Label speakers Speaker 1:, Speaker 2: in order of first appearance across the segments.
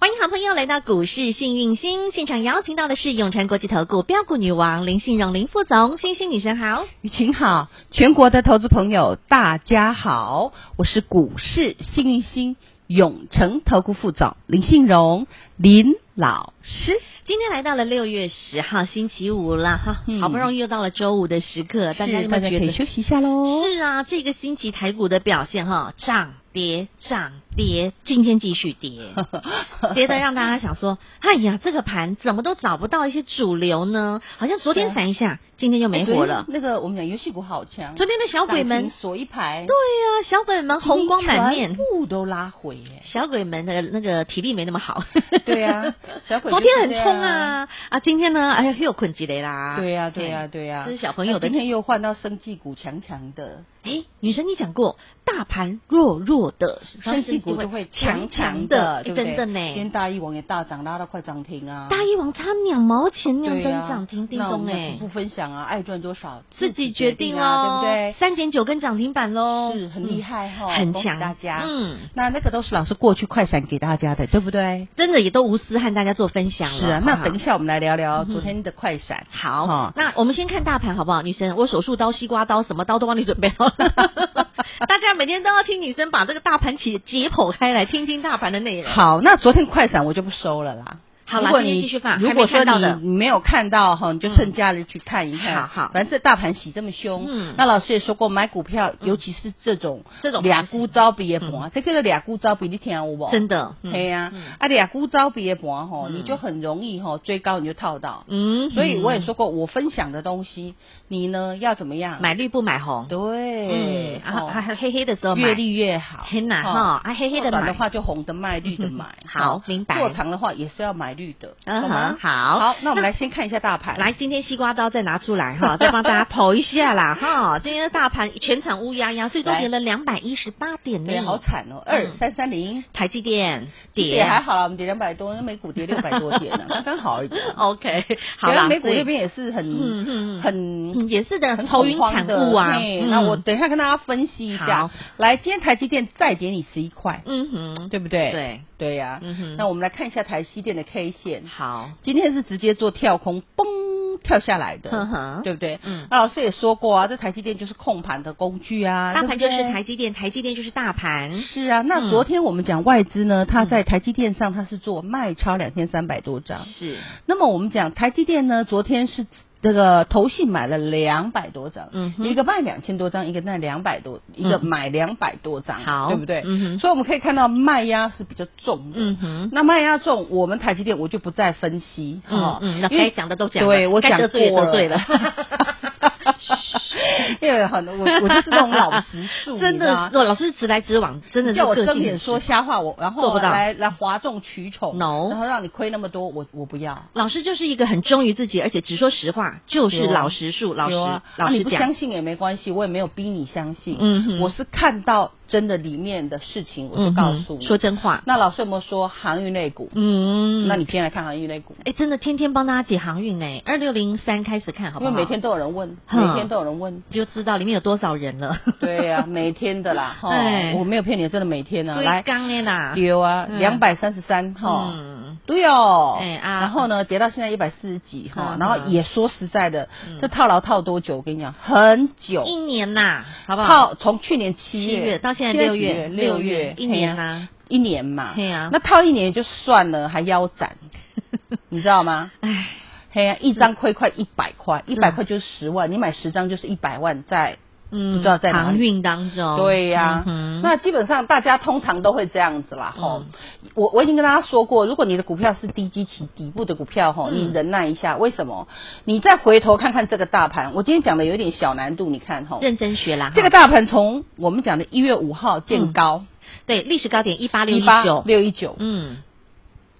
Speaker 1: 欢迎好朋友来到股市幸运星现场，邀请到的是永诚国际投顾标股女王林信荣林副总，星星女神好。
Speaker 2: 雨晴好，全国的投资朋友大家好，我是股市幸运星永诚投顾副总林信荣林老师。
Speaker 1: 今天来到了六月十号星期五啦，哈，
Speaker 2: 嗯
Speaker 1: 好不容易又到了周五的时刻，呃大家有没
Speaker 2: 是大
Speaker 1: 有
Speaker 2: 家可
Speaker 1: 觉
Speaker 2: 以
Speaker 1: 得？
Speaker 2: 休息一下喽。
Speaker 1: 是啊，这个星期台股的表现哈，涨跌涨跌，今天继续 跌，跌的让大家想说，哎呀，这个盘怎么都找不到一些主流呢？好像昨
Speaker 2: 是
Speaker 1: 天
Speaker 2: 啊
Speaker 1: 闪一下，今哎天就没
Speaker 2: 哎昨天
Speaker 1: 火了。
Speaker 2: 那个我们讲游戏股好强，
Speaker 1: 昨天的小鬼们
Speaker 2: 涨停，锁一排，
Speaker 1: 对呀、小鬼们红光满面
Speaker 2: 全，部都拉回耶。
Speaker 1: 小鬼们的那个体力没那么好。
Speaker 2: 对啊小鬼
Speaker 1: 昨
Speaker 2: 就
Speaker 1: 天很
Speaker 2: 是这样
Speaker 1: 冲啊啊，今天呢，哎呀又困起来啦。
Speaker 2: 对呀、对呀、
Speaker 1: 哎
Speaker 2: 对呀、
Speaker 1: 这是小朋友的
Speaker 2: 那今天又换到生技股强强的，
Speaker 1: 哎，女神你讲过，大盘弱弱的，
Speaker 2: 生技股就会强强的，
Speaker 1: 哎
Speaker 2: 对不对
Speaker 1: 真的
Speaker 2: 今天
Speaker 1: 呢。
Speaker 2: 大一王也大涨，拉到快涨停啊。
Speaker 1: 大一王差两毛钱亮
Speaker 2: 对
Speaker 1: 灯
Speaker 2: 呀
Speaker 1: 涨停，叮
Speaker 2: 那我
Speaker 1: 咚
Speaker 2: 们
Speaker 1: 哎
Speaker 2: 不，分享啊，爱赚多少
Speaker 1: 自己决定
Speaker 2: 啊，
Speaker 1: 喽，
Speaker 2: 对不对？
Speaker 1: 三点九跟涨停板喽，
Speaker 2: 是很厉害
Speaker 1: 嗯，
Speaker 2: 哈，
Speaker 1: 很
Speaker 2: 恭喜
Speaker 1: 强，
Speaker 2: 大家。
Speaker 1: 嗯，
Speaker 2: 那那个都是老师过去快闪给大家的，对不对？
Speaker 1: 真的也都无私和大家做分享了。
Speaker 2: 是
Speaker 1: 好
Speaker 2: 啊，
Speaker 1: 不好
Speaker 2: 那等一下我们来聊聊
Speaker 1: 嗯哼
Speaker 2: 昨天的快闪。
Speaker 1: 好，
Speaker 2: 哦
Speaker 1: 那我们先看大盘好不好？女生，我手术刀、西瓜刀，什么刀都帮你准备好了。 大家每天都要听女生把这个大盘解解剖开来，听听大盘的内容。，
Speaker 2: 好，那昨天快闪我就不收了啦。
Speaker 1: 好啦
Speaker 2: 如果
Speaker 1: 今天
Speaker 2: 你
Speaker 1: 继续放
Speaker 2: 如
Speaker 1: 还没
Speaker 2: 果
Speaker 1: 看
Speaker 2: 说
Speaker 1: 到的嗯
Speaker 2: 你没有看到哈，你就趁假日去看一看。
Speaker 1: 好好
Speaker 2: 反正这大盘洗这么凶，
Speaker 1: 嗯
Speaker 2: 那老师也说过，买股票尤其是这种
Speaker 1: 这种嗯
Speaker 2: 俩
Speaker 1: 盘势
Speaker 2: 股招比的盘，这个俩股招比你听有无？
Speaker 1: 真的，嗯
Speaker 2: 对呀
Speaker 1: 嗯，
Speaker 2: 啊，俩股招比的盘吼，
Speaker 1: 嗯
Speaker 2: 你就很容易吼追高你就套到。
Speaker 1: 嗯，
Speaker 2: 所以我也说过，我分享的东西，你呢要怎么样？
Speaker 1: 买绿不买红，
Speaker 2: 对，
Speaker 1: 然后
Speaker 2: 哦
Speaker 1: 还还黑黑的时候
Speaker 2: 越
Speaker 1: 啊买，
Speaker 2: 绿越好。
Speaker 1: 天哪
Speaker 2: 哦
Speaker 1: 哈啊黑黑的
Speaker 2: 做短的
Speaker 1: 买。
Speaker 2: 话就红的卖，绿的买
Speaker 1: 好
Speaker 2: 哦
Speaker 1: 明白
Speaker 2: 做长的话也是要买绿的，
Speaker 1: 嗯
Speaker 2: 懂
Speaker 1: 哼
Speaker 2: 吗？
Speaker 1: 好
Speaker 2: 好，那我们来先看一下大盘。
Speaker 1: 来，今天西瓜刀再拿出来 哈，再帮大家剖一下啦哈。今天的大盘全场乌压压，最多
Speaker 2: 来
Speaker 1: 跌了两百一十八点
Speaker 2: 对，
Speaker 1: 呢。
Speaker 2: 好惨哦，二
Speaker 1: 嗯
Speaker 2: 三三零。
Speaker 1: 台积电
Speaker 2: 也还
Speaker 1: 跌
Speaker 2: 好啦，我们跌两百多，那美股跌六百多点 呢，刚刚好而已。
Speaker 1: ，OK，好
Speaker 2: 对
Speaker 1: 啦，
Speaker 2: 啊美股
Speaker 1: 所以
Speaker 2: 那边也是
Speaker 1: 嗯嗯嗯
Speaker 2: 很很
Speaker 1: 嗯，也是的，
Speaker 2: 很
Speaker 1: 愁云
Speaker 2: 恐慌
Speaker 1: 惨
Speaker 2: 的
Speaker 1: 雾啊。
Speaker 2: 嘿
Speaker 1: 嗯
Speaker 2: 那我等一下跟大家分析一
Speaker 1: 好
Speaker 2: 下。来，今天台积电再跌你十一块，
Speaker 1: 嗯哼，
Speaker 2: 对不对？
Speaker 1: 对，
Speaker 2: 对呀、
Speaker 1: 嗯哼
Speaker 2: 那我们来看一下台积电的 K 线，
Speaker 1: 好，
Speaker 2: 今天是直接做跳空，嘣跳下来的，
Speaker 1: 呵呵
Speaker 2: 对不对？
Speaker 1: 嗯
Speaker 2: 那老师也说过啊，这台积电就是控盘的工具啊，
Speaker 1: 大盘就
Speaker 2: 对不对
Speaker 1: 是台。积电，台积电就是嗯大盘。
Speaker 2: 是啊，那昨天我们讲外资呢，它在台积电上它是做卖超两千三百多张，
Speaker 1: 是，
Speaker 2: 那么我们讲台积电呢，昨天是这个投信买了两百多张，
Speaker 1: 嗯哼嗯
Speaker 2: 一个卖两千多张，一个卖两百多，一个买两百多张，
Speaker 1: 好
Speaker 2: 对不对？
Speaker 1: 嗯哼
Speaker 2: 所以我们可以看到卖压是比较重的。
Speaker 1: 嗯哼，
Speaker 2: 那卖压重，我们台积电我就不再分析，
Speaker 1: 嗯
Speaker 2: 哦
Speaker 1: 嗯那
Speaker 2: 因为
Speaker 1: 该讲的都讲了
Speaker 2: 对我
Speaker 1: 该
Speaker 2: 讲
Speaker 1: 得罪的
Speaker 2: 过
Speaker 1: 得罪了
Speaker 2: 因为很多我我就是那种老实 树，
Speaker 1: 真
Speaker 2: 你知道吗
Speaker 1: 的，哦我老师直来直往，真的是
Speaker 2: 叫我
Speaker 1: 个
Speaker 2: 睁
Speaker 1: 性
Speaker 2: 眼
Speaker 1: 使
Speaker 2: 说瞎话，我然
Speaker 1: 做
Speaker 2: 后
Speaker 1: 不到
Speaker 2: 来来哗众取宠
Speaker 1: No
Speaker 2: 然后让你亏那么多，我我不要。
Speaker 1: 老师就是一个很忠于自己，而且只说实话，就是
Speaker 2: 有啊
Speaker 1: 老实数，老实、
Speaker 2: 有啊，
Speaker 1: 老
Speaker 2: 啊你
Speaker 1: 实
Speaker 2: 不
Speaker 1: 讲。
Speaker 2: 相信也没关系，我也没有逼你相信。
Speaker 1: 嗯哼
Speaker 2: 我是看到真的里面的事情，我就告诉
Speaker 1: 嗯哼
Speaker 2: 你。
Speaker 1: 说真话。
Speaker 2: 那老师有没有说航运类股？
Speaker 1: 嗯，
Speaker 2: 那你先来看航运类股，
Speaker 1: 哎，真的天天帮大家解航运呢，二六零三开始看好不
Speaker 2: 因
Speaker 1: 好？嗯
Speaker 2: 为每天都有人问，
Speaker 1: 哼
Speaker 2: 每天都有人问。
Speaker 1: 就知道里面有多少人了。
Speaker 2: 对啊呀、 每天的啦，哈
Speaker 1: 哎，
Speaker 2: 我没有骗你，真的每天啊，
Speaker 1: 来
Speaker 2: 来
Speaker 1: 刚的啦，
Speaker 2: 丢啊，
Speaker 1: 嗯
Speaker 2: 两百三十三哈。
Speaker 1: 嗯，
Speaker 2: 对哦，
Speaker 1: 哎啊
Speaker 2: 然后呢，跌到现在一百四十几哈
Speaker 1: 嗯，
Speaker 2: 然后
Speaker 1: 嗯
Speaker 2: 也说实在的
Speaker 1: 嗯，
Speaker 2: 这套牢套多久？我跟你讲，很久，
Speaker 1: 一年呐，好不好？
Speaker 2: 套从去年七
Speaker 1: 七
Speaker 2: 月
Speaker 1: 月到现在
Speaker 2: 现在
Speaker 1: 六
Speaker 2: 几
Speaker 1: 月，
Speaker 2: 月
Speaker 1: 六
Speaker 2: 六月
Speaker 1: 一年
Speaker 2: 嘿呀
Speaker 1: 呐，
Speaker 2: 一年嘛，
Speaker 1: 嘿呀
Speaker 2: 那套一年也就算了，还腰 斩，你知道吗？
Speaker 1: 哎，
Speaker 2: 嘿呀、一张亏快一百块，一
Speaker 1: 是
Speaker 2: 百块就是十万，你买十张就是一百万在。
Speaker 1: 嗯，
Speaker 2: 不知道在哪里
Speaker 1: 航运当中，
Speaker 2: 对
Speaker 1: 哦
Speaker 2: 呀、
Speaker 1: 嗯哼
Speaker 2: 那基本上大家通常都会这样子啦，吼、
Speaker 1: 嗯
Speaker 2: 我我已经跟大家说过，如果你的股票是低基期底部的股票，吼，
Speaker 1: 嗯
Speaker 2: 你忍耐一下，为什么？你再回头看看这个大盘，我今天讲的有点小难度，你看，吼，
Speaker 1: 认真学啦，
Speaker 2: 这个
Speaker 1: 哈
Speaker 2: 大盘从我们讲的一月五号见高
Speaker 1: 对历史高点一八六
Speaker 2: 嗯一
Speaker 1: 一
Speaker 2: 八
Speaker 1: 九，
Speaker 2: 六一九
Speaker 1: 嗯，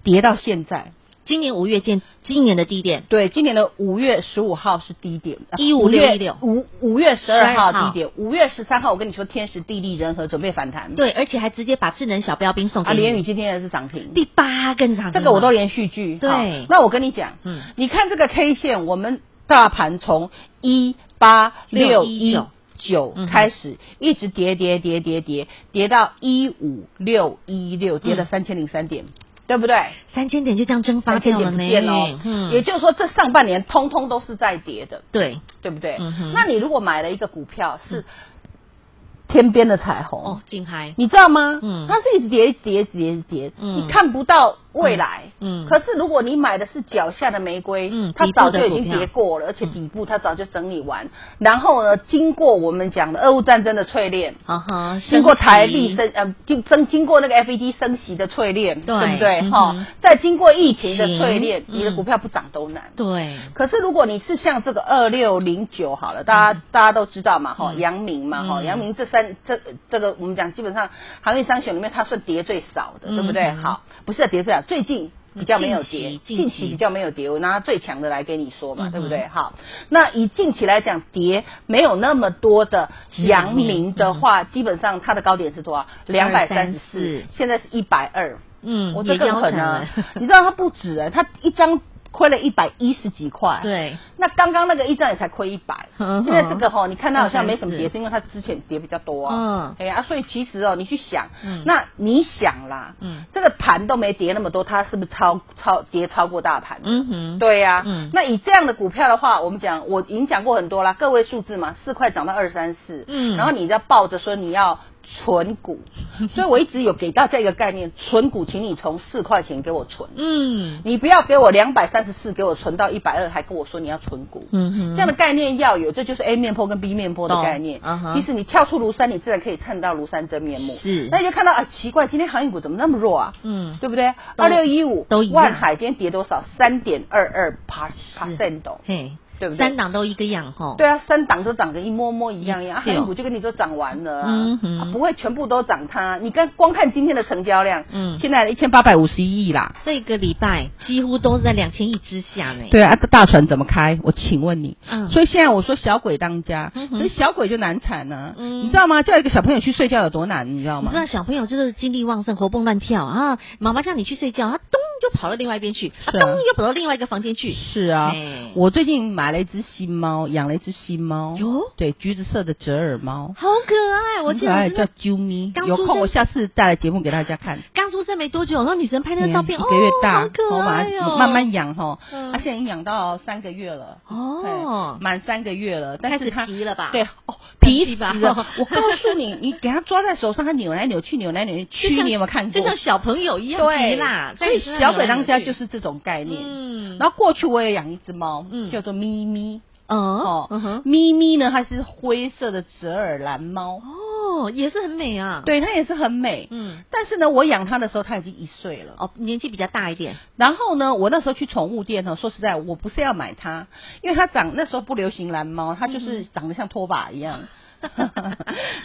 Speaker 2: 跌到现在，
Speaker 1: 今年五月见今年的低点，
Speaker 2: 对，今年的五月十五号是低点，啊
Speaker 1: 15616
Speaker 2: 五五月十二
Speaker 1: 12
Speaker 2: 号
Speaker 1: 号
Speaker 2: 低点，五月十三号我跟你说天时地利人和准备反弹，
Speaker 1: 对，而且还直接把智能小标兵送
Speaker 2: 啊，
Speaker 1: 给
Speaker 2: 连宇
Speaker 1: 你，
Speaker 2: 今天也是涨停，
Speaker 1: 第八根长，
Speaker 2: 这个我都连续剧，
Speaker 1: 啊对
Speaker 2: 好那我跟你讲，
Speaker 1: 嗯
Speaker 2: 你看这个 K 线，我们大盘从一八六一
Speaker 1: 619
Speaker 2: 九
Speaker 1: 嗯哼
Speaker 2: 开始，一直跌跌跌跌跌，跌到一五六一
Speaker 1: 嗯
Speaker 2: 六，跌了三千零三点。对不对？
Speaker 1: 三千点就这样蒸发
Speaker 2: 三千
Speaker 1: 掉
Speaker 2: 点
Speaker 1: 了
Speaker 2: 不
Speaker 1: 呢嗯
Speaker 2: 见哦，，也就是说这上半年通通都是在跌的，
Speaker 1: 对，
Speaker 2: 对不对？
Speaker 1: 嗯哼
Speaker 2: 那你如果买了一个股票是天边的彩虹，
Speaker 1: 哦，静嗨，
Speaker 2: 你知道吗？
Speaker 1: 嗯
Speaker 2: 它是一直跌，一直跌，一直跌，一直跌，
Speaker 1: 嗯
Speaker 2: 你看不到未来。
Speaker 1: 嗯嗯
Speaker 2: 可是如果你买的是脚下的玫瑰，
Speaker 1: 嗯
Speaker 2: 它
Speaker 1: 底部
Speaker 2: 早
Speaker 1: 的
Speaker 2: 就已
Speaker 1: 股
Speaker 2: 经
Speaker 1: 票嗯
Speaker 2: 跌过了，而且底部它早就整理完。然后呢，经过我们讲的俄乌战争的淬炼。
Speaker 1: 哈哈，
Speaker 2: 经过台币
Speaker 1: 升
Speaker 2: 升，呃，经经经过那个 FED 升息的淬炼，
Speaker 1: 对
Speaker 2: 不对？
Speaker 1: 嗯
Speaker 2: 哈、
Speaker 1: 哼
Speaker 2: 再经过疫情的淬
Speaker 1: 行
Speaker 2: 炼，你的
Speaker 1: 嗯
Speaker 2: 股票不涨都难。
Speaker 1: 级对，
Speaker 2: 可是如果你是像这个二六零九好了，大家、大家都知道嘛，哈、
Speaker 1: 嗯
Speaker 2: 阳明嘛，哈、
Speaker 1: 嗯
Speaker 2: 阳明这三这这个我们讲基本上航运商选里面它算跌最少的，
Speaker 1: 嗯
Speaker 2: 对不对？
Speaker 1: 嗯
Speaker 2: 好，不是跌最少，最近。比较没有跌
Speaker 1: 近期，近
Speaker 2: 近
Speaker 1: 期
Speaker 2: 期比较没有跌，我拿最强的来跟你说嘛，
Speaker 1: 嗯
Speaker 2: 对不对？好，那以近期来讲，跌没有那么多的
Speaker 1: 是
Speaker 2: 阳
Speaker 1: 阳明
Speaker 2: 明的话，
Speaker 1: 嗯
Speaker 2: 基本上它的高点是多少？两百三十四
Speaker 1: 234，
Speaker 2: 现在是一百二。
Speaker 1: 嗯，
Speaker 2: 我这
Speaker 1: 也
Speaker 2: 更
Speaker 1: 腰
Speaker 2: 狠
Speaker 1: 疼
Speaker 2: 啊
Speaker 1: 了，！
Speaker 2: 你知道它不止哎、它一张亏了一百一十几块。。
Speaker 1: 对，
Speaker 2: 那刚刚那个一张也才亏一百，
Speaker 1: 嗯
Speaker 2: 现在这个吼，你看它好像没什么跌，
Speaker 1: 嗯
Speaker 2: 是因为它之前跌比较多啊
Speaker 1: 嗯。
Speaker 2: 哎呀，啊所以其实哦，你去想
Speaker 1: 嗯，
Speaker 2: 那你想啦，
Speaker 1: 嗯
Speaker 2: 这个盘都没跌那么多，它是不是超超跌超过大盘？啊
Speaker 1: 嗯哼，
Speaker 2: 对呀、
Speaker 1: 嗯
Speaker 2: 那以这样的股票的话，我们讲我已经讲过很多啦，个位数字嘛，四块涨到二三四，
Speaker 1: 嗯
Speaker 2: 然后你要抱着说你要存 股，所以我一直有给大家一个概念，存股，请你从四块钱给我存，
Speaker 1: 嗯
Speaker 2: 你不要给我两百三十四，给我存到一百二，还跟我说你要存股。
Speaker 1: 嗯哼，
Speaker 2: 这样的概念要有，这就是 A 面坡跟 B 面坡的
Speaker 1: 懂
Speaker 2: 概念。
Speaker 1: 嗯哼
Speaker 2: 其实你跳出庐山，你自然可以看到庐山真面目。
Speaker 1: 是
Speaker 2: 那你就看到啊，奇怪，今天航运股怎么那么弱啊？
Speaker 1: 嗯
Speaker 2: 对不对？
Speaker 1: 都
Speaker 2: 二六一五
Speaker 1: 都一样
Speaker 2: 万海今天跌多少？三点二二 percent 哦，
Speaker 1: 嘿，
Speaker 2: 对不对？
Speaker 1: 三档都一个样吼，
Speaker 2: 对啊，三档都涨得一摸摸一样样，啊
Speaker 1: 对哦
Speaker 2: 航运股就跟你说涨完了啊
Speaker 1: 嗯，哼
Speaker 2: 啊不会全部都涨它。你看光看今天的成交量，
Speaker 1: 嗯
Speaker 2: 现在一千八百五十一亿啦。
Speaker 1: 这个礼拜几乎都是在两千亿之下呢。
Speaker 2: 对啊，这大船怎么开？我请问你，
Speaker 1: 嗯
Speaker 2: 所以现在我说小鬼当家，
Speaker 1: 嗯
Speaker 2: 可
Speaker 1: 哼
Speaker 2: 是小鬼就难产呢、
Speaker 1: 嗯
Speaker 2: 你知道吗？叫一个小朋友去睡觉有多难，你知道
Speaker 1: 你
Speaker 2: 吗
Speaker 1: 知？道小朋友就是精力旺盛、活蹦乱跳啊！妈妈叫你去睡觉，他咚就跑到另外一边去，他
Speaker 2: 是
Speaker 1: 咚
Speaker 2: 啊
Speaker 1: 又跑到另外一个房间去。
Speaker 2: 是啊
Speaker 1: 嘿，
Speaker 2: 我最近买了一只新猫，养了一只新猫，
Speaker 1: 哟，
Speaker 2: 对，橘子色的折耳猫，
Speaker 1: 好可爱！我
Speaker 2: 很
Speaker 1: 记
Speaker 2: 可
Speaker 1: 得
Speaker 2: 爱叫
Speaker 1: 真的
Speaker 2: 啾咪，
Speaker 1: 刚
Speaker 2: 有
Speaker 1: 出
Speaker 2: 空
Speaker 1: 生
Speaker 2: 我下次带来节目给大家看。
Speaker 1: 刚出生没多久，然后女生拍那个照片，
Speaker 2: 一个月
Speaker 1: 哦
Speaker 2: 大，
Speaker 1: 好可
Speaker 2: 我把
Speaker 1: 爱
Speaker 2: 它
Speaker 1: 哦，
Speaker 2: 慢慢养哈，
Speaker 1: 嗯
Speaker 2: 啊，现在已经养到三个月了，
Speaker 1: 哦
Speaker 2: 对，满三个月了，但
Speaker 1: 开
Speaker 2: 是
Speaker 1: 始
Speaker 2: 它
Speaker 1: 皮了吧？
Speaker 2: 对，， 哦，皮
Speaker 1: 皮
Speaker 2: 死
Speaker 1: 吧
Speaker 2: 了！ 我告诉你，你给它抓在手上，它扭来扭去，扭来扭去。蛆你有没有看过？
Speaker 1: 就像小朋友一样皮啦。
Speaker 2: 所以小鬼当家就是是这种概念。
Speaker 1: 嗯，
Speaker 2: 然后过去我也养一只猫，
Speaker 1: 嗯
Speaker 2: 叫做咪咪。
Speaker 1: 哦
Speaker 2: 哦，
Speaker 1: 嗯哼，
Speaker 2: 咪咪呢，它是灰色的折耳蓝猫，
Speaker 1: 哦，也是很美啊。，
Speaker 2: 对，它也是很美。
Speaker 1: 嗯，
Speaker 2: 但是呢，我养它的时候，它已经一岁了。
Speaker 1: 哦，年纪比较大一点，
Speaker 2: 然后呢，我那时候去宠物店呢，说实在，我不是要买它，因为它长那时候不流行蓝猫，它就是
Speaker 1: 嗯
Speaker 2: 长得像拖把一 样。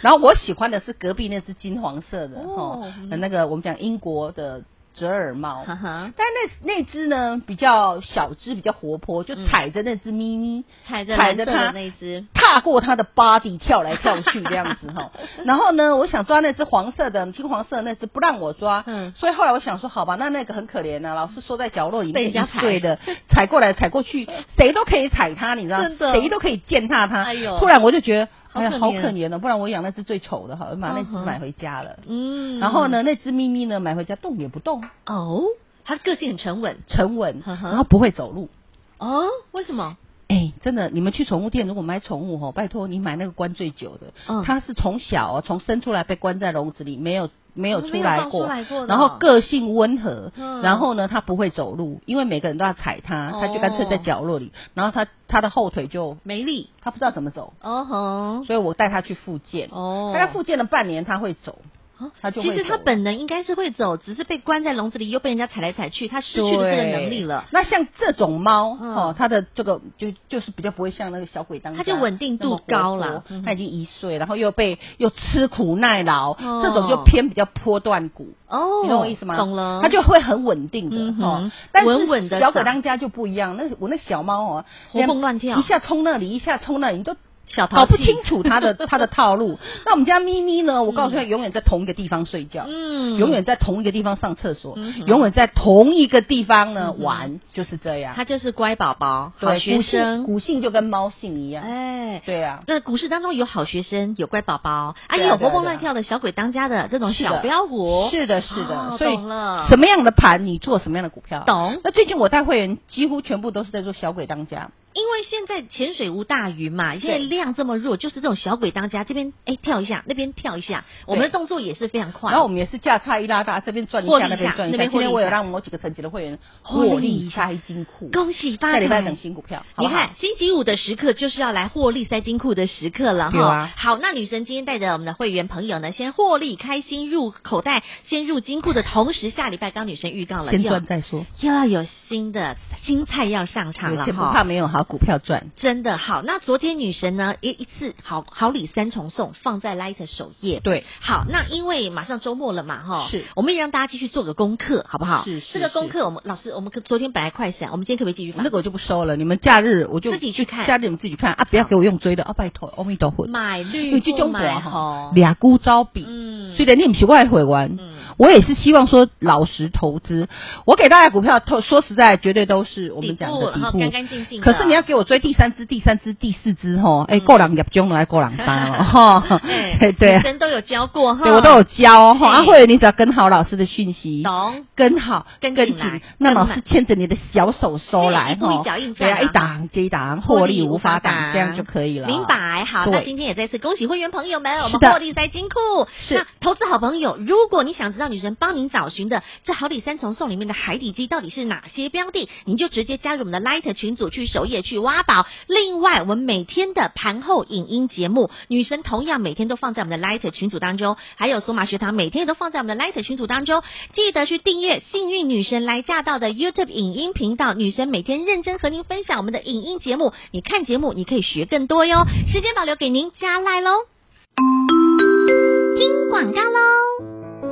Speaker 2: 然后我喜欢的是隔壁那只金黄色的
Speaker 1: 哦
Speaker 2: 哦
Speaker 1: 嗯，
Speaker 2: 那个我们讲英国的折耳猫。
Speaker 1: 哈哈，
Speaker 2: 但那那只呢比较小只，比较活泼，就
Speaker 1: 嗯
Speaker 2: 踩着那只咪咪，
Speaker 1: 踩着
Speaker 2: 踩
Speaker 1: 蓝
Speaker 2: 着
Speaker 1: 色
Speaker 2: 它
Speaker 1: 的那一只，
Speaker 2: 踏过它的 body 跳来跳去这样 子哈。然后呢，我想抓那只黄色的、金黄色的那只不让我抓，
Speaker 1: 嗯
Speaker 2: 所以后来我想说，好吧，那那个很可怜啊，老是缩在角落里
Speaker 1: 被
Speaker 2: 面
Speaker 1: 人家
Speaker 2: 一
Speaker 1: 踩
Speaker 2: 岁的，踩过来踩过去，谁都可以踩它，你知道
Speaker 1: 真，的
Speaker 2: 谁都可以践踏它。
Speaker 1: 哎呦
Speaker 2: 突然我就觉得，哎呀，
Speaker 1: 好可
Speaker 2: 好
Speaker 1: 怜
Speaker 2: 可怜哦，不然我养那只最丑的，好，我把那
Speaker 1: 嗯
Speaker 2: 只
Speaker 1: 哼
Speaker 2: 买回家了。
Speaker 1: 嗯，
Speaker 2: 然后？呢，那只咪咪呢，买回家动也不动，
Speaker 1: 哦，它个性很沉稳
Speaker 2: 沉稳，
Speaker 1: 嗯哼
Speaker 2: 然后不会走路。
Speaker 1: 哦，为什么？
Speaker 2: 哎，真的，你们去宠物店如果买宠物哦，拜托你买那个关最久的，
Speaker 1: 嗯
Speaker 2: 它是从小哦从生出来被关在笼子里，没有没有出来过，
Speaker 1: 哦没有放出来过的
Speaker 2: 然后个性温和，
Speaker 1: 嗯哦
Speaker 2: 然后呢它不会走路，因为每个人都要踩它，它就干脆在角落里，然后它它的后腿就
Speaker 1: 没力，
Speaker 2: 它不知道怎么走，
Speaker 1: 哦吼，
Speaker 2: 所以我带它去复健，
Speaker 1: 哦，
Speaker 2: 大概复健了半年它会走，
Speaker 1: 哦
Speaker 2: 它就会
Speaker 1: 其实它
Speaker 2: 走
Speaker 1: 本能应该是会走，只是被关在笼子里，又被人家踩来踩去，它失去了这个能力了
Speaker 2: 对。那像这种猫
Speaker 1: 嗯
Speaker 2: 哦，它的这个就就是比较不会像那个小鬼当家，
Speaker 1: 它就稳定度高啦
Speaker 2: 那么活泼
Speaker 1: 嗯
Speaker 2: 它已经一岁，然后又被又吃苦耐劳，
Speaker 1: 哦
Speaker 2: 这种就偏比较波段股。
Speaker 1: 哦，
Speaker 2: 你懂我意思吗？
Speaker 1: 懂了，
Speaker 2: 它就会很稳定的
Speaker 1: 嗯哼
Speaker 2: 哦。但
Speaker 1: 稳稳
Speaker 2: 是
Speaker 1: 地
Speaker 2: 小鬼
Speaker 1: 长
Speaker 2: 当家就不一样，那我那小猫哦，
Speaker 1: 活蹦乱跳
Speaker 2: 一下冲那里，一下冲那里，你都
Speaker 1: 小淘
Speaker 2: 搞不
Speaker 1: 气
Speaker 2: 清楚它的 它的套路。那我们家咪咪呢？我告诉你，永远在同一个地方睡觉，
Speaker 1: 嗯
Speaker 2: 永远在同一个地方上厕所
Speaker 1: 嗯哼，
Speaker 2: 永远在同一个地方呢
Speaker 1: 嗯哼
Speaker 2: 玩，就是这样。
Speaker 1: 他就是乖宝宝，好
Speaker 2: 对，
Speaker 1: 学
Speaker 2: 骨性
Speaker 1: 生。
Speaker 2: 骨性就跟猫性一样，
Speaker 1: 哎，
Speaker 2: 对啊。
Speaker 1: 那股市当中有好学生，有乖宝宝，啊，
Speaker 2: 对啊
Speaker 1: 也有活
Speaker 2: 对啊
Speaker 1: 蹦
Speaker 2: 对啊
Speaker 1: 乱跳的小鬼当家的这种
Speaker 2: 是的
Speaker 1: 小标股。
Speaker 2: 是的，是
Speaker 1: 哦
Speaker 2: 的，所以
Speaker 1: 懂了，
Speaker 2: 什么样的盘你做什么样的股票？
Speaker 1: 懂？
Speaker 2: 那最近我带会员几乎全部都是在做小鬼当家，
Speaker 1: 因为现在潜水无大鱼嘛，现在量这么弱，就是这种小鬼当家，这边哎跳一下，那边跳一下，我们的动作也是非常快。
Speaker 2: 然后我们也是价差一拉大，这边赚一
Speaker 1: 获利
Speaker 2: 下，那
Speaker 1: 一下
Speaker 2: 边赚
Speaker 1: 那
Speaker 2: 一下。
Speaker 1: 边获利
Speaker 2: 今天我
Speaker 1: 一
Speaker 2: 有
Speaker 1: 下
Speaker 2: 让我几个层级的会员
Speaker 1: 获利
Speaker 2: 获
Speaker 1: 一
Speaker 2: 利
Speaker 1: 下
Speaker 2: 开金库，
Speaker 1: 恭喜发
Speaker 2: 下
Speaker 1: 财！
Speaker 2: 礼拜等新股票，好
Speaker 1: 你
Speaker 2: 不好
Speaker 1: 看，星期五的时刻就是要来获利塞金库的时刻了哈。
Speaker 2: 对啊
Speaker 1: 好，那女神今天带着我们的会员朋友呢，先获利开心入口袋，先入金库的同时，下礼拜刚女神预告了，
Speaker 2: 先
Speaker 1: 又
Speaker 2: 赚再说，
Speaker 1: 又要有新的新菜要上场
Speaker 2: 有
Speaker 1: 了
Speaker 2: 钱不
Speaker 1: 哈
Speaker 2: 怕。没有好股票赚。
Speaker 1: 真的好，那昨天女神呢一一次好好礼三重送放在 Light 首页，
Speaker 2: 对，
Speaker 1: 好，那因为马上周末了嘛，哈，
Speaker 2: 是
Speaker 1: 我们也让大家继续做个功课，好不好？
Speaker 2: 是是
Speaker 1: 这个功
Speaker 2: 是
Speaker 1: 课，我们老师，我们可昨天本来快闪，我们今天可不可以继续放？
Speaker 2: 那个我就不收了，你们假日我就
Speaker 1: 自己去看
Speaker 2: 假日你们自己去看啊，不要给我用追的啊，拜托，阿弥陀佛。
Speaker 1: 买绿
Speaker 2: 因为这
Speaker 1: 不
Speaker 2: 种
Speaker 1: 买
Speaker 2: 盘
Speaker 1: 红
Speaker 2: 啊哈，，俩股招比，
Speaker 1: 嗯
Speaker 2: 虽然你不是外汇玩，
Speaker 1: 嗯
Speaker 2: 我也是希望说老实投资。我给大家股票，投说实在，绝对都是我们讲的
Speaker 1: 底
Speaker 2: 底
Speaker 1: 部然后
Speaker 2: 部，
Speaker 1: 啊干干净净的
Speaker 2: 可是你要给我追第三只、第三只、第四只吼，哎、
Speaker 1: 嗯
Speaker 2: 够两入中来够两单哦， 哈，
Speaker 1: 哎，
Speaker 2: 对
Speaker 1: 女
Speaker 2: 啊，
Speaker 1: 神都有教过哈，
Speaker 2: 对我都有教哈。
Speaker 1: 嘿
Speaker 2: 啊，或者你只要跟好老师的讯息，
Speaker 1: 懂。
Speaker 2: 跟好，
Speaker 1: 跟
Speaker 2: 跟
Speaker 1: 进来
Speaker 2: 紧，那
Speaker 1: 跟
Speaker 2: 老
Speaker 1: 满
Speaker 2: 师牵着你的小手收来
Speaker 1: 一步一
Speaker 2: 哈
Speaker 1: 脚印，上
Speaker 2: 对啊，
Speaker 1: 来
Speaker 2: 一档接一档，获利无法挡，这样就可以了。
Speaker 1: 明白，好，
Speaker 2: 对
Speaker 1: 那今天也再次恭喜会员朋友们，我们
Speaker 2: 是的
Speaker 1: 获利在金库。
Speaker 2: 是
Speaker 1: 那投资好朋友，如果你想知道女神帮您找寻的这好礼三重送里面的海底鸡到底是哪些标的，你就直接加入我们的 Light 群组去首页去挖宝。另外，我们每天的盘后影音节目，女神同样每天都放在我们的 Light 群组当中，还有索马学堂每天也都放在我们的 Light 群组当中。记得去订阅幸运女神来驾到的 YouTube 影音频道，女神每天认真和您分享我们的影音节目。你看节目，你可以学更多哟。时间保留给您加赖喽，听广告喽。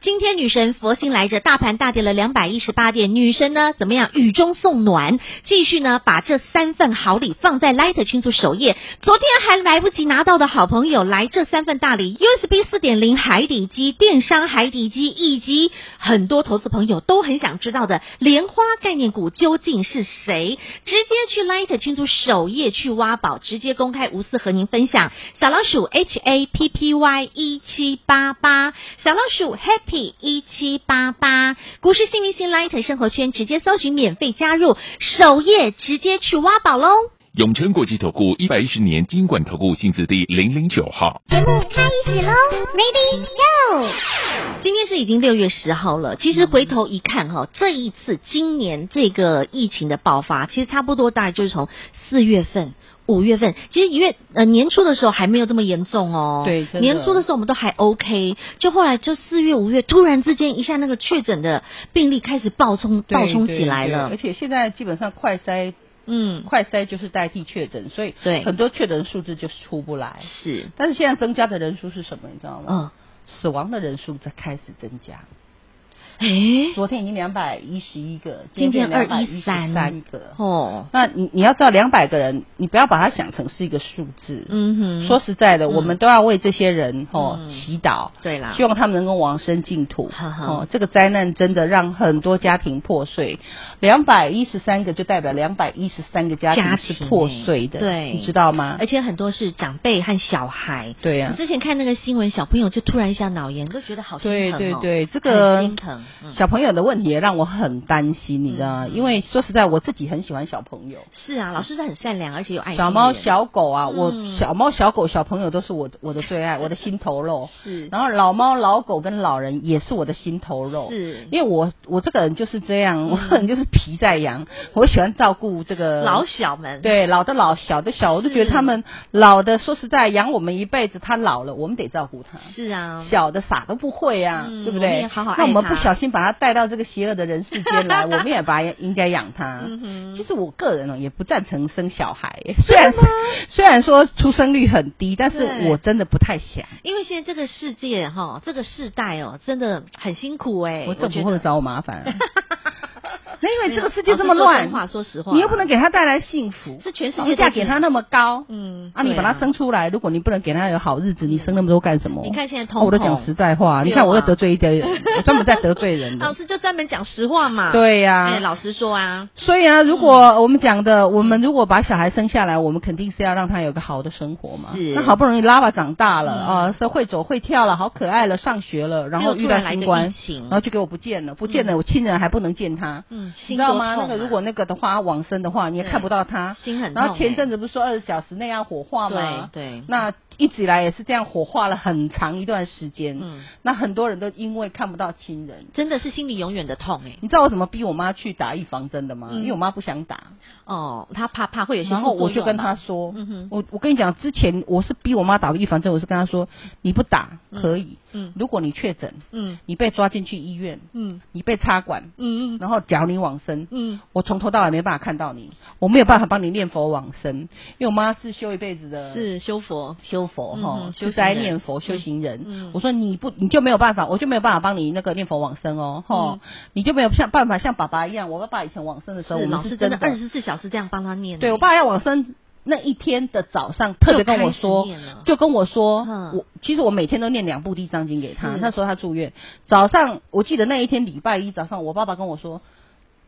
Speaker 1: 今天女神佛心来着，大盘大跌了两百一十八点，女神呢怎么样？雨中送暖，继续呢把这三份好礼放在 Light 群组首页。昨天还来不及拿到的好朋友，来这三份大礼：USB 四点零海底机、电商海底机，以及很多投资朋友都很想知道的莲花概念股究竟是谁？直接去 Light 群组首页去挖宝，直接公开无私和您分享。小老鼠 H A P P Y 一七八八，小老鼠 Happy 一七八八，股市幸运星 Light 生活圈直接搜寻免费加入，首页直接去挖宝喽。
Speaker 3: 永诚国际投顾一百一十年金管投顾新字第零零九号。
Speaker 4: 节目开始喽，Ready Go！
Speaker 1: 今天是已经六月十号了，其实回头一看哈、这一次今年这个疫情的爆发，其实差不多大概就是从四月份。五月份，其实一月呃年初的时候还没有这么严重哦。
Speaker 2: 对真的
Speaker 1: 年初的时候我们都还 OK，就后来就四月、五月突然之间一下那个确诊的病例开始暴冲，
Speaker 2: 对
Speaker 1: 暴冲
Speaker 2: 对
Speaker 1: 起来
Speaker 2: 对
Speaker 1: 了
Speaker 2: 而。且现在基本上快筛
Speaker 1: 嗯，
Speaker 2: 快筛就是代替确诊，所以
Speaker 1: 对
Speaker 2: 很多确诊数字就是出不来。
Speaker 1: 是，哦
Speaker 2: 但嗯是现在增加的人数是什么？你知道吗？
Speaker 1: 嗯，
Speaker 2: 死亡的人数在开始增加，
Speaker 1: 哎，
Speaker 2: 昨天已经两百一十一个，
Speaker 1: 今天
Speaker 2: 二
Speaker 1: 213
Speaker 2: 三个。
Speaker 1: 哦，
Speaker 2: 那你你要知道，两百个人，你不要把它想成是一个数字。
Speaker 1: 嗯哼，
Speaker 2: 说实在的，我们都要为这些人哦
Speaker 1: 嗯
Speaker 2: 祈祷，
Speaker 1: 对啦，
Speaker 2: 希望他们能够往生净土。
Speaker 1: 哈哈
Speaker 2: 哦，这个灾难真的让很多家庭破碎，两百一十三个就代表两百一十三个家
Speaker 1: 家
Speaker 2: 庭
Speaker 1: 庭
Speaker 2: 是破碎的，
Speaker 1: 欸对
Speaker 2: 你知道吗
Speaker 1: 而？且很多是长辈和小孩。
Speaker 2: 对啊呀、
Speaker 1: 我之前看那个新闻，小朋友就突然一下脑炎，都觉得好心
Speaker 2: 对
Speaker 1: 疼、哦。
Speaker 2: 对对，这
Speaker 1: 很
Speaker 2: 个
Speaker 1: 心疼。嗯、
Speaker 2: 小朋友的问题也让我很担心，你知道吗？因为说实在，我自己很喜欢小朋友，
Speaker 1: 是啊，老师是很善良，而且有爱心
Speaker 2: 小猫、
Speaker 1: 人
Speaker 2: 小狗啊，我
Speaker 1: 哎嗯
Speaker 2: 小猫、小狗、小朋友都是我的我的最爱，我的心头肉。
Speaker 1: 是
Speaker 2: 然后老猫、老狗跟老人也是我的心头肉。
Speaker 1: 是嗯
Speaker 2: 因为我我这个人就是这样，我可能就是皮在痒， 我喜欢照顾这个
Speaker 1: 老小们。
Speaker 2: 呃对老的老小的小，我就觉得他们老的说实在养我们一辈子，他老了我们得照顾他。
Speaker 1: 是啊，
Speaker 2: 小的啥都不会呀、
Speaker 1: 嗯
Speaker 2: 对不
Speaker 1: 我们
Speaker 2: 对？
Speaker 1: 也好好爱
Speaker 2: 那我们
Speaker 1: 他
Speaker 2: 不小心把他带到这个邪恶的人世 间来，我们也把应该养他。
Speaker 1: 嗯哼
Speaker 2: 其实我个人哦，也不赞成生小孩，虽然虽然说出生率很低，但是
Speaker 1: 对
Speaker 2: 我真的不太想。
Speaker 1: 因为现在这个世界哈、这个世代哦，真的很辛苦哎、
Speaker 2: 我
Speaker 1: 我
Speaker 2: 怎
Speaker 1: 觉
Speaker 2: 么
Speaker 1: 得
Speaker 2: 会找我麻烦、啊？ 那因为这个世
Speaker 1: 没有
Speaker 2: 界这么
Speaker 1: 老师说真
Speaker 2: 乱
Speaker 1: 话说实话，
Speaker 2: 你又不能给他带来幸福，
Speaker 1: 是全世
Speaker 2: 房
Speaker 1: 界都
Speaker 2: 价
Speaker 1: 这
Speaker 2: 给
Speaker 1: 样
Speaker 2: 他那么高，
Speaker 1: 嗯
Speaker 2: 啊，你把他
Speaker 1: 对啊
Speaker 2: 生出来，如果你不能给他有好日子，你生那么多干什么？
Speaker 1: 你看现在
Speaker 2: 哦我都讲
Speaker 1: 通膨
Speaker 2: 实在话，你
Speaker 1: 对啊哦
Speaker 2: 看我又得罪一堆人，我专门在得罪 人的
Speaker 1: 老。师就专门讲实话嘛。
Speaker 2: 对呀、
Speaker 1: 哎，老实嗯说啊，
Speaker 2: 所以啊，如果我们讲的，我们如果把小孩生下来，我们肯定是要让他有个好的生活嘛。
Speaker 1: 是
Speaker 2: 那好不容易拉巴长大了啊，是会走会跳了，好可爱了，上学了，然后
Speaker 1: 结果
Speaker 2: 遇
Speaker 1: 突
Speaker 2: 到
Speaker 1: 然来
Speaker 2: 新
Speaker 1: 个
Speaker 2: 冠
Speaker 1: 疫，情
Speaker 2: 然后就给我不见了，不见了，我亲人还不能见他。
Speaker 1: 嗯，
Speaker 2: 你
Speaker 1: 心
Speaker 2: 知道
Speaker 1: 多
Speaker 2: 吗？那
Speaker 1: 痛
Speaker 2: 个
Speaker 1: 啊
Speaker 2: 如果那个的话，往生的话，你也
Speaker 1: 对
Speaker 2: 看不到他。
Speaker 1: 心很痛欸
Speaker 2: 然后前阵子不是说二十小时内要火化吗？
Speaker 1: 对对
Speaker 2: 那一直以来也是这样火化了很长一段时间。
Speaker 1: 嗯
Speaker 2: 那很多人都因为看不到亲人。
Speaker 1: 真的是心里永远的痛哎、
Speaker 2: 你知道我怎么逼我妈去打预防针的吗？
Speaker 1: 嗯
Speaker 2: 因为我妈不想打，
Speaker 1: 哦，他怕怕会有些
Speaker 2: 然后
Speaker 1: 副作
Speaker 2: 我就
Speaker 1: 用啊
Speaker 2: 跟
Speaker 1: 嘛
Speaker 2: 她说，
Speaker 1: 嗯哼
Speaker 2: 我我跟你讲，之前我是逼我妈打预防针，我是跟她说，你不打可以，
Speaker 1: 嗯
Speaker 2: 如果你确诊，
Speaker 1: 嗯
Speaker 2: 你被抓进去医院，
Speaker 1: 嗯
Speaker 2: 你被插管，
Speaker 1: 嗯嗯
Speaker 2: 然后假如你往生，
Speaker 1: 嗯，
Speaker 2: 我从头到尾没办法看到你，我没有办法帮你念佛往生，因为我妈是修一辈子的，
Speaker 1: 是修佛，
Speaker 2: 修佛
Speaker 1: 嗯
Speaker 2: 哈
Speaker 1: 哼，
Speaker 2: 就
Speaker 1: 修
Speaker 2: 在
Speaker 1: 行人
Speaker 2: 念佛修行人。
Speaker 1: 嗯
Speaker 2: 我说你不，你就没有办法，我就没有办法帮你那个念佛往生哦，哈，你就没有像办法像爸爸一样，我爸爸以前往生的时候，我
Speaker 1: 嗯是
Speaker 2: 们
Speaker 1: 老
Speaker 2: 是
Speaker 1: 师
Speaker 2: 真
Speaker 1: 真的二十四小时这样帮他念呢。
Speaker 2: 对我爸要往生那一天的早上，特别跟我说
Speaker 1: 就开始念了，
Speaker 2: 就跟我说，
Speaker 1: 嗯
Speaker 2: 我其实我每天都念两部地藏经给他。
Speaker 1: 是
Speaker 2: 那时候他住院，早上我记得那一天礼拜一早上，我爸爸跟我说。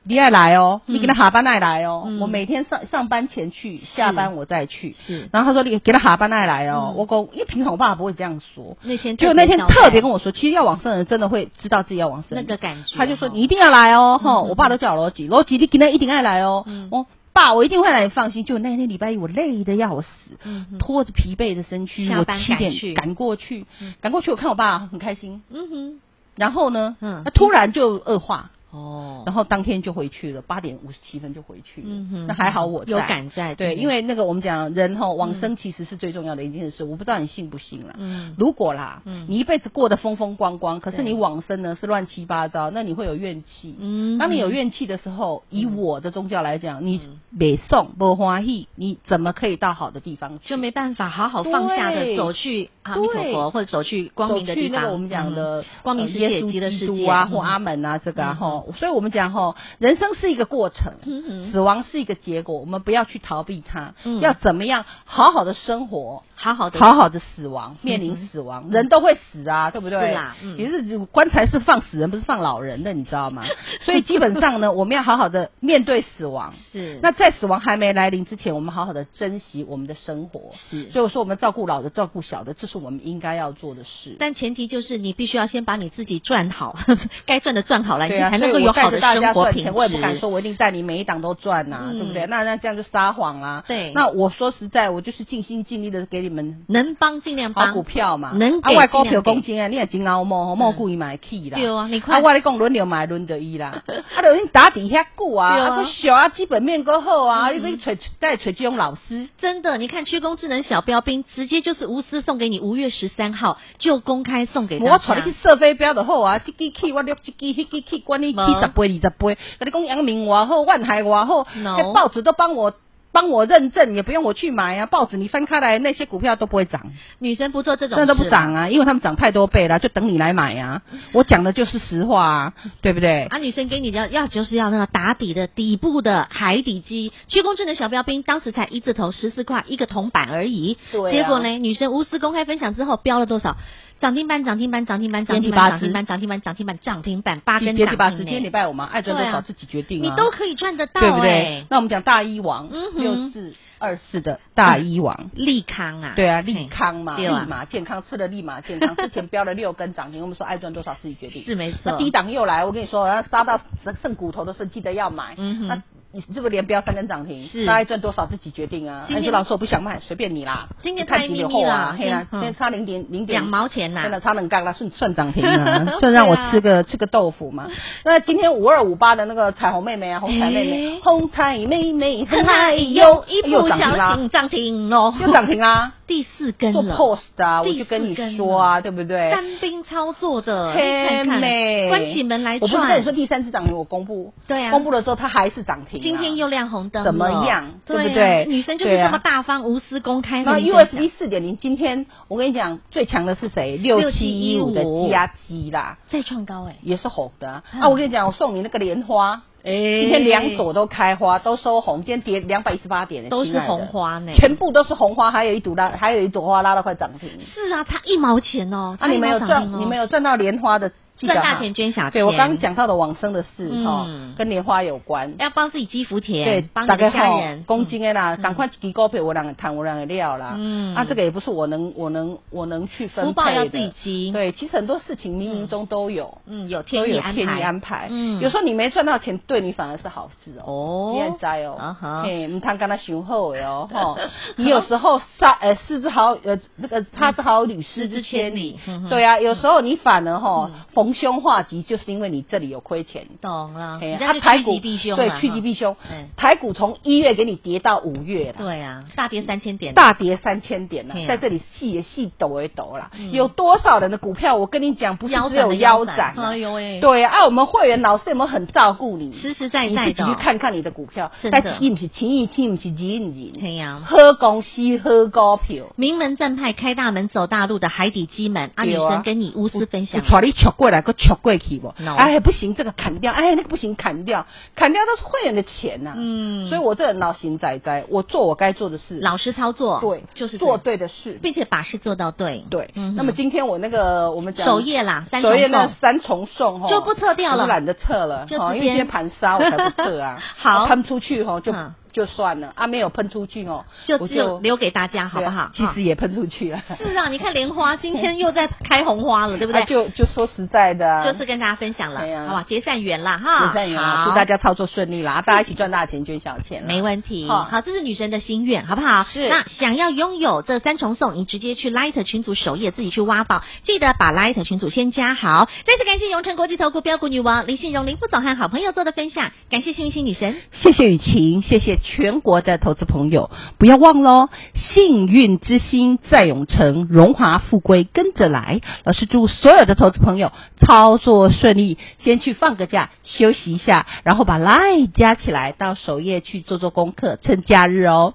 Speaker 2: 你爱来哦，
Speaker 1: 嗯
Speaker 2: 你给他下班爱来哦。
Speaker 1: 嗯
Speaker 2: 我每天上上班前去，下班我再去。
Speaker 1: 是
Speaker 2: 然后他说你给他下班爱来
Speaker 1: 嗯
Speaker 2: 哦。我讲，因为平常我爸爸不会这样说，
Speaker 1: 那天
Speaker 2: 就那天特别跟
Speaker 1: 我
Speaker 2: 我说，其实要往生的人真的会知道自己要往生。
Speaker 1: 那个感觉，
Speaker 2: 他就说
Speaker 1: 哦
Speaker 2: 你一定要来哦，哈、
Speaker 1: 嗯
Speaker 2: 我爸都叫我罗吉，罗吉你今天一定要来哦，
Speaker 1: 嗯
Speaker 2: 哦，爸我一定会来，你放心。就那天礼拜一，我累得要死，
Speaker 1: 嗯哼
Speaker 2: 拖着疲惫的身躯，
Speaker 1: 下
Speaker 2: 我
Speaker 1: 班
Speaker 2: 七
Speaker 1: 赶去
Speaker 2: 点赶过去，赶过去，我看我爸很开心，
Speaker 1: 嗯哼
Speaker 2: 然后呢，
Speaker 1: 嗯
Speaker 2: 他突然就恶化。
Speaker 1: 哦，
Speaker 2: 然后当天就回去了，八点五十七分就回去了。
Speaker 1: 嗯哼
Speaker 2: 那还好我在
Speaker 1: 有赶在
Speaker 2: 对，
Speaker 1: 嗯
Speaker 2: 因为那个我们讲人吼、往生其实是最重要的一件事，我不知道你信不信啦。
Speaker 1: 嗯
Speaker 2: 如果啦，
Speaker 1: 嗯
Speaker 2: 你一辈子过得风风光光，可是
Speaker 1: 对
Speaker 2: 你往生呢是乱七八糟，那你会有怨气。
Speaker 1: 嗯
Speaker 2: 当你有怨气的时候，以我的宗教来讲，你没送不欢喜，你怎么可以到好的地方去？
Speaker 1: 就没办法好好放下的
Speaker 2: 对
Speaker 1: 走去阿弥陀佛，
Speaker 2: 对
Speaker 1: 或者走去光明的地
Speaker 2: 走去那
Speaker 1: 方，
Speaker 2: 个我们讲的、
Speaker 1: 嗯光明
Speaker 2: 呃
Speaker 1: 世
Speaker 2: 耶
Speaker 1: 界、
Speaker 2: 稣
Speaker 1: 极乐世
Speaker 2: 基
Speaker 1: 界
Speaker 2: 督啊，或
Speaker 1: 嗯
Speaker 2: 阿门啊，这个啊
Speaker 1: 嗯
Speaker 2: 哈、所以我们讲哈，人生是一个过程，
Speaker 1: 嗯哼
Speaker 2: 死亡是一个结果，我们不要去逃避它，
Speaker 1: 嗯
Speaker 2: 要怎么样好好的生活。
Speaker 1: 好好的
Speaker 2: 好好的死亡，面临死亡，人都会死啊，对不对？
Speaker 1: 是啦嗯
Speaker 2: 也是棺材是放死人，不是放老人的，你知道 吗？所以基本上呢，我们要好好的面对死亡。
Speaker 1: 是
Speaker 2: 那在死亡还没来临之前，我们好好的珍惜我们的生活。
Speaker 1: 是
Speaker 2: 所以我说我们照顾老的，照顾小的，这是我们应该要做的事。
Speaker 1: 但前提就是你必须要先把你自己赚好， 该赚的赚好了，
Speaker 2: 对
Speaker 1: 你
Speaker 2: 啊，
Speaker 1: 才
Speaker 2: 所
Speaker 1: 能
Speaker 2: 以
Speaker 1: 够
Speaker 2: 我
Speaker 1: 有好
Speaker 2: 带着
Speaker 1: 的
Speaker 2: 大
Speaker 1: 生
Speaker 2: 家
Speaker 1: 活
Speaker 2: 赚
Speaker 1: 品质。
Speaker 2: 钱，我也不敢说我一定带你每一档都赚呐、
Speaker 1: 嗯
Speaker 2: 对不对？那那这样就撒谎啦。
Speaker 1: 对
Speaker 2: 那我说实在，我就是尽心尽力的给你们
Speaker 1: 能帮尽量
Speaker 2: 好
Speaker 1: 帮
Speaker 2: 股票嘛，
Speaker 1: 能
Speaker 2: 啊，
Speaker 1: 给
Speaker 2: 外
Speaker 1: 尽
Speaker 2: 股票
Speaker 1: 量
Speaker 2: 公
Speaker 1: 给。
Speaker 2: 斤啊，你也真熬摸，摸故意买起啦。
Speaker 1: 对啊你
Speaker 2: 啊，
Speaker 1: 看
Speaker 2: 我跟你讲轮流买轮到伊 啦，啊，就已经打底遐久啊，
Speaker 1: 对啊嗯
Speaker 2: 啊，个小啊，基本面够好啊，你去找再找这种老师。
Speaker 1: 真的，你看区公智能小标兵直接就是无私送给你，五月十三号就公开送给大
Speaker 2: 我
Speaker 1: 家
Speaker 2: 带你。去射飞镖就好啊！这支起我录，这支迄支起，管你起
Speaker 1: 无
Speaker 2: 十杯二十杯。跟你讲，阳明偌好，万海偌好，
Speaker 1: No
Speaker 2: 那报纸都帮我帮我认证，也不用我去买啊。报纸你翻开来，那些股票都不会涨，
Speaker 1: 女生不做这种
Speaker 2: 那
Speaker 1: 事，嗯
Speaker 2: 都不涨啊，因为他们涨太多倍了，就等你来买啊。我讲的就是实话啊，对不对？
Speaker 1: 啊，女生给你的要就是要那个打底的底部的海底机，屈公正的小标兵当时才一字头十四块一个铜板而已，
Speaker 2: 对啊
Speaker 1: 结果呢，女生无私公开分享之后标了多少？涨停板，涨停板，涨停板，涨
Speaker 2: 连
Speaker 1: 停
Speaker 2: 续
Speaker 1: 板，
Speaker 2: 八
Speaker 1: 涨停
Speaker 2: 只
Speaker 1: 板，涨停板，涨停板，涨停板，八
Speaker 2: 今
Speaker 1: 根
Speaker 2: 天礼拜
Speaker 1: 涨
Speaker 2: 四，今
Speaker 1: 停
Speaker 2: 天礼
Speaker 1: 呢，
Speaker 2: 拜五嘛，爱赚多
Speaker 1: 对啊
Speaker 2: 少自己决定
Speaker 1: 你
Speaker 2: 啊，
Speaker 1: 都可以赚得到，
Speaker 2: 对不对
Speaker 1: 哎？
Speaker 2: 那我们讲大一王
Speaker 1: 嗯，
Speaker 2: 六
Speaker 1: 哼
Speaker 2: 四二四的大一王。
Speaker 1: 利康啊，
Speaker 2: 对啊，
Speaker 1: 嘿
Speaker 2: 利康嘛，
Speaker 1: 对
Speaker 2: 立
Speaker 1: 啊
Speaker 2: 马健康吃了立马 健康，之前标了六根涨停，我们说爱赚多少自己决定。
Speaker 1: 是没
Speaker 2: 那
Speaker 1: 错，
Speaker 2: 低档又来，我跟你说，要杀到剩剩骨头的时候，记得要买。
Speaker 1: 嗯哼
Speaker 2: 那你是不是连标三根涨停？
Speaker 1: 是
Speaker 2: 大概赚多少自己决定啊。
Speaker 1: 今
Speaker 2: 那
Speaker 1: 天
Speaker 2: 你说老师我不想卖，随便你啦。
Speaker 1: 今天
Speaker 2: 你看
Speaker 1: 太
Speaker 2: 几
Speaker 1: 秘
Speaker 2: 年
Speaker 1: 密
Speaker 2: 后
Speaker 1: 啦
Speaker 2: 啊，嘿啦，
Speaker 1: 嗯
Speaker 2: 今天差零点零点
Speaker 1: 两毛钱呐，
Speaker 2: 真，的差冷杠啦，算算涨停了 算让我
Speaker 1: 对啊
Speaker 2: 吃个吃个豆腐嘛。那今天五二五八的那个彩虹妹妹啊，红彩妹妹
Speaker 1: 哎，
Speaker 2: 红彩妹妹，哎
Speaker 1: 可
Speaker 2: 红彩
Speaker 1: 爱
Speaker 2: 哟
Speaker 1: 有，一
Speaker 2: 又
Speaker 1: 不
Speaker 2: 涨停
Speaker 1: 小
Speaker 2: 啦，
Speaker 1: 心涨停 喽，
Speaker 2: 又涨停啦。
Speaker 1: 第四根
Speaker 2: 做
Speaker 1: 了。
Speaker 2: post 啊，我
Speaker 1: 第
Speaker 2: 就
Speaker 1: 四
Speaker 2: 跟你
Speaker 1: 根
Speaker 2: 说
Speaker 1: 了
Speaker 2: 啊，对不对？
Speaker 1: 单兵操作的，你
Speaker 2: 嘿
Speaker 1: 看看
Speaker 2: 妹，
Speaker 1: 关起门来
Speaker 2: 我不是跟
Speaker 1: 转
Speaker 2: 你说。第三次涨停我公布，
Speaker 1: 对啊
Speaker 2: 公布了之后它还是涨停啊、
Speaker 1: 今天又亮红灯了，
Speaker 2: 怎么样
Speaker 1: 对啊
Speaker 2: 对不对
Speaker 1: 女生就是
Speaker 2: 对啊
Speaker 1: 这么大方，无私公开。
Speaker 2: 然后 E
Speaker 1: 跟你分享
Speaker 2: USB 四点零，今天我跟你讲最强的是谁？六七一五
Speaker 1: 6715
Speaker 2: 的加基啦，
Speaker 1: 再创高哎，
Speaker 2: 也是红的啊。
Speaker 1: 嗯
Speaker 2: 啊我跟你讲，我送你那个莲花，
Speaker 1: 哎，
Speaker 2: 今天两朵都开花，都收红，今天跌两百一十八点，
Speaker 1: 都是
Speaker 2: 亲爱的
Speaker 1: 红花呢
Speaker 2: 全部都是红花，还有一朵拉，还有一朵花拉到快涨停。
Speaker 1: 是啊，它一毛钱哦，
Speaker 2: 啊，你
Speaker 1: 没
Speaker 2: 们有赚，你们有赚到莲花的记得
Speaker 1: 赚大
Speaker 2: 哈
Speaker 1: 钱捐小钱
Speaker 2: 对我刚刚讲到的往生的事
Speaker 1: 嗯
Speaker 2: 哦，跟莲花有关。
Speaker 1: 要帮自己积福田，
Speaker 2: 对，
Speaker 1: 帮
Speaker 2: 大
Speaker 1: 你
Speaker 2: 概
Speaker 1: 的家
Speaker 2: 吼
Speaker 1: 人，
Speaker 2: 公斤的啦，
Speaker 1: 嗯
Speaker 2: 赶快一支股票我人谈我人的料啦。
Speaker 1: 嗯
Speaker 2: 啊，这个也不是我能我能我能去分
Speaker 1: 福
Speaker 2: 配
Speaker 1: 报要
Speaker 2: 的
Speaker 1: 自己积
Speaker 2: 对，其实很多事情冥冥中都有，
Speaker 1: 嗯，有
Speaker 2: 都
Speaker 1: 天意
Speaker 2: 有
Speaker 1: 安排，
Speaker 2: 天意安排。
Speaker 1: 嗯，
Speaker 2: 有时候你没赚到钱，对你反而是好事哦。
Speaker 1: 哦，
Speaker 2: 你很在
Speaker 1: 啊
Speaker 2: 哦，
Speaker 1: 哈
Speaker 2: 嘿，唔通跟他雄厚 的哦，吼，你有时候杀呃失之毫呃那个差之毫厘，失之千里
Speaker 1: 嗯哼，
Speaker 2: 对啊，有时候你反而吼逢凶化吉，就是因为你这里有亏钱，
Speaker 1: 懂了，
Speaker 2: 哎
Speaker 1: 人
Speaker 2: 呀
Speaker 1: 家
Speaker 2: 啊
Speaker 1: 就
Speaker 2: 台
Speaker 1: 趋
Speaker 2: 股
Speaker 1: 吉避凶嘛，
Speaker 2: 对，趋吉避凶
Speaker 1: 嗯。
Speaker 2: 台股从一月给你跌到五月
Speaker 1: 哈
Speaker 2: 了。
Speaker 1: 对啊，大跌三千点，
Speaker 2: 大跌三千点了
Speaker 1: 嘿啊，
Speaker 2: 在这里细也细抖一抖啦
Speaker 1: 嗯。
Speaker 2: 有多少人的股票？我跟你讲，不是
Speaker 1: 腰
Speaker 2: 只
Speaker 1: 斩
Speaker 2: 有
Speaker 1: 的
Speaker 2: 腰
Speaker 1: 腰
Speaker 2: 斩
Speaker 1: 斩，
Speaker 2: 啊
Speaker 1: 哎，呦喂，
Speaker 2: 对啊，我们会员老师有没有很照顾你？
Speaker 1: 实实在在的
Speaker 2: 你自己去看看你的股票，
Speaker 1: 真的
Speaker 2: 但是不是情义气，不是人
Speaker 1: 哎
Speaker 2: 人，
Speaker 1: 呀，
Speaker 2: 喝公司喝股票，
Speaker 1: 名门正派开大门走大路的海底鸡门啊，女
Speaker 2: 对啊
Speaker 1: 生跟你无私分享
Speaker 2: 我，带你抢过来，个抢过去不
Speaker 1: No？
Speaker 2: 哎，不行，这个砍掉，哎，那个不行，砍掉，砍掉都是会员的钱呐。
Speaker 1: 嗯
Speaker 2: 所以我这人老行仔仔，我做我该做的事，
Speaker 1: 老实操作，
Speaker 2: 对，
Speaker 1: 就是
Speaker 2: 做
Speaker 1: 这样，
Speaker 2: 对的事，
Speaker 1: 并且把事做到对，
Speaker 2: 对。
Speaker 1: 嗯哼
Speaker 2: 那么今天我那个我们讲
Speaker 1: 首页啦，三重
Speaker 2: 首页那
Speaker 1: 奏
Speaker 2: 三重送哈
Speaker 1: 就不撤掉了
Speaker 2: 我就懒得撤了，
Speaker 1: 就
Speaker 2: 哈
Speaker 1: 直接，
Speaker 2: 因为今天盘杀我才不撤啊
Speaker 1: 好
Speaker 2: 啊喷出去哈就
Speaker 1: 嗯
Speaker 2: 就算了啊，没有喷出去哦，
Speaker 1: 就
Speaker 2: 我
Speaker 1: 只有留给大家，好不
Speaker 2: 对
Speaker 1: 好
Speaker 2: 啊？其实也喷出去了，
Speaker 1: 啊是啊，你看莲花今天又在开红花了，对不对
Speaker 2: 啊？就就说实在的啊，
Speaker 1: 就是跟大家分享了
Speaker 2: 对，啊
Speaker 1: 好不好？结善缘啦，哈，
Speaker 2: 也善缘啊，
Speaker 1: 好
Speaker 2: 祝大家操作顺利啦，大家一起赚大钱捐小钱啦，
Speaker 1: 没问题。
Speaker 2: 好
Speaker 1: 好，这是女神的心愿，好不好？
Speaker 2: 是
Speaker 1: 那想要拥有这三重送，你直接去 Light 群组首页自己去挖宝，记得把 Light 群组先加好。再次感谢荣成国际投顾标股女王林信荣林副总和好朋友做的分享，感谢幸运星女神。
Speaker 2: 谢谢雨晴，谢谢全国的投资朋友，不要忘喽！幸运之星在永城，荣华富贵跟着来。老师祝所有的投资朋友操作顺利，先去放个假休息一下，然后把 Line 加起来，到首页去做做功课，趁假日哦。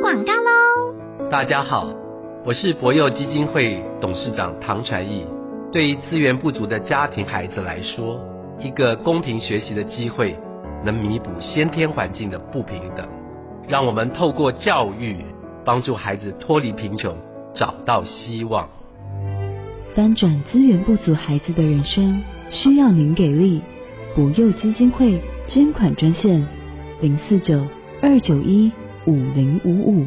Speaker 4: 广告喽！
Speaker 5: 大家好，我是博幼基金会董事长唐传义。对于资源不足的家庭孩子来说，一个公平学习的机会，能弥补先天环境的不平等。让我们透过教育，帮助孩子脱离贫穷，找到希望。
Speaker 6: 翻转资源不足孩子的人生，需要您给力。补幼基金会捐款专线：零四九二九一五零五五。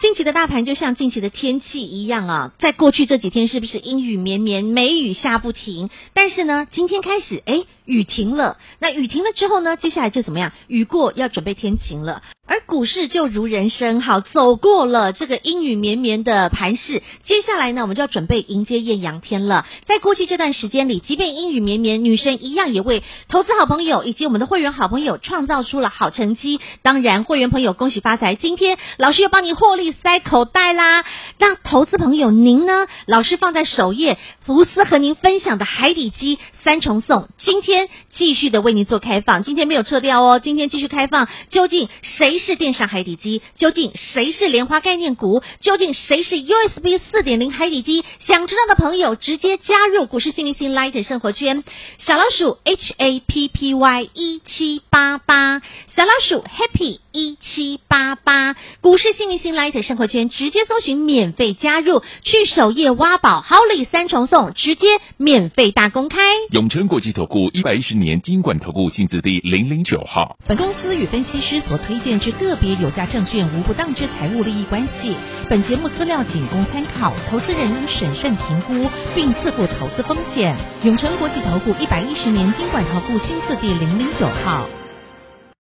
Speaker 1: 近期的大盘就像近期的天气一样啊，在过去这几天是不是阴雨绵绵，梅雨下不停？但是呢，今天开始，哎，雨停了。那雨停了之后呢，接下来就怎么样？雨过要准备天晴了。而股市就如人生，好走过了这个阴雨绵绵的盘市，接下来呢，我们就要准备迎接艳阳天了。在过去这段时间里，即便阴雨绵绵，女生一样也为投资好朋友以及我们的会员好朋友创造出了好成绩。当然，会员朋友恭喜发财，今天老师又帮你获利塞口袋啦。那投资朋友您呢？老师放在首页，福斯和您分享的海底鸡三重送，今天继续的为您做开放，今天没有撤掉哦，今天继续开放。究竟谁是电商海底鸡？究竟谁是莲花概念股？究竟谁是 USB 四点零海底鸡？想知道的朋友直接加入股市新明星 Light 生活圈，小老鼠 H A P P Y 一七八八，小老鼠 Happy 一七八八，股市新明星 Light 生活圈直接搜寻免费加入，去首页挖宝好礼三重送，直接免费大公开。
Speaker 3: 永诚国际投顾一百一十年金管投顾性质第零零九号。
Speaker 7: 本公司与分析师所推荐之个别有价证券无不当之财务利益关系。本节目资料仅供参考，投资人应审慎评估并自负投资风险。永诚国际投顾一百一十年经管投顾新字第零零九号。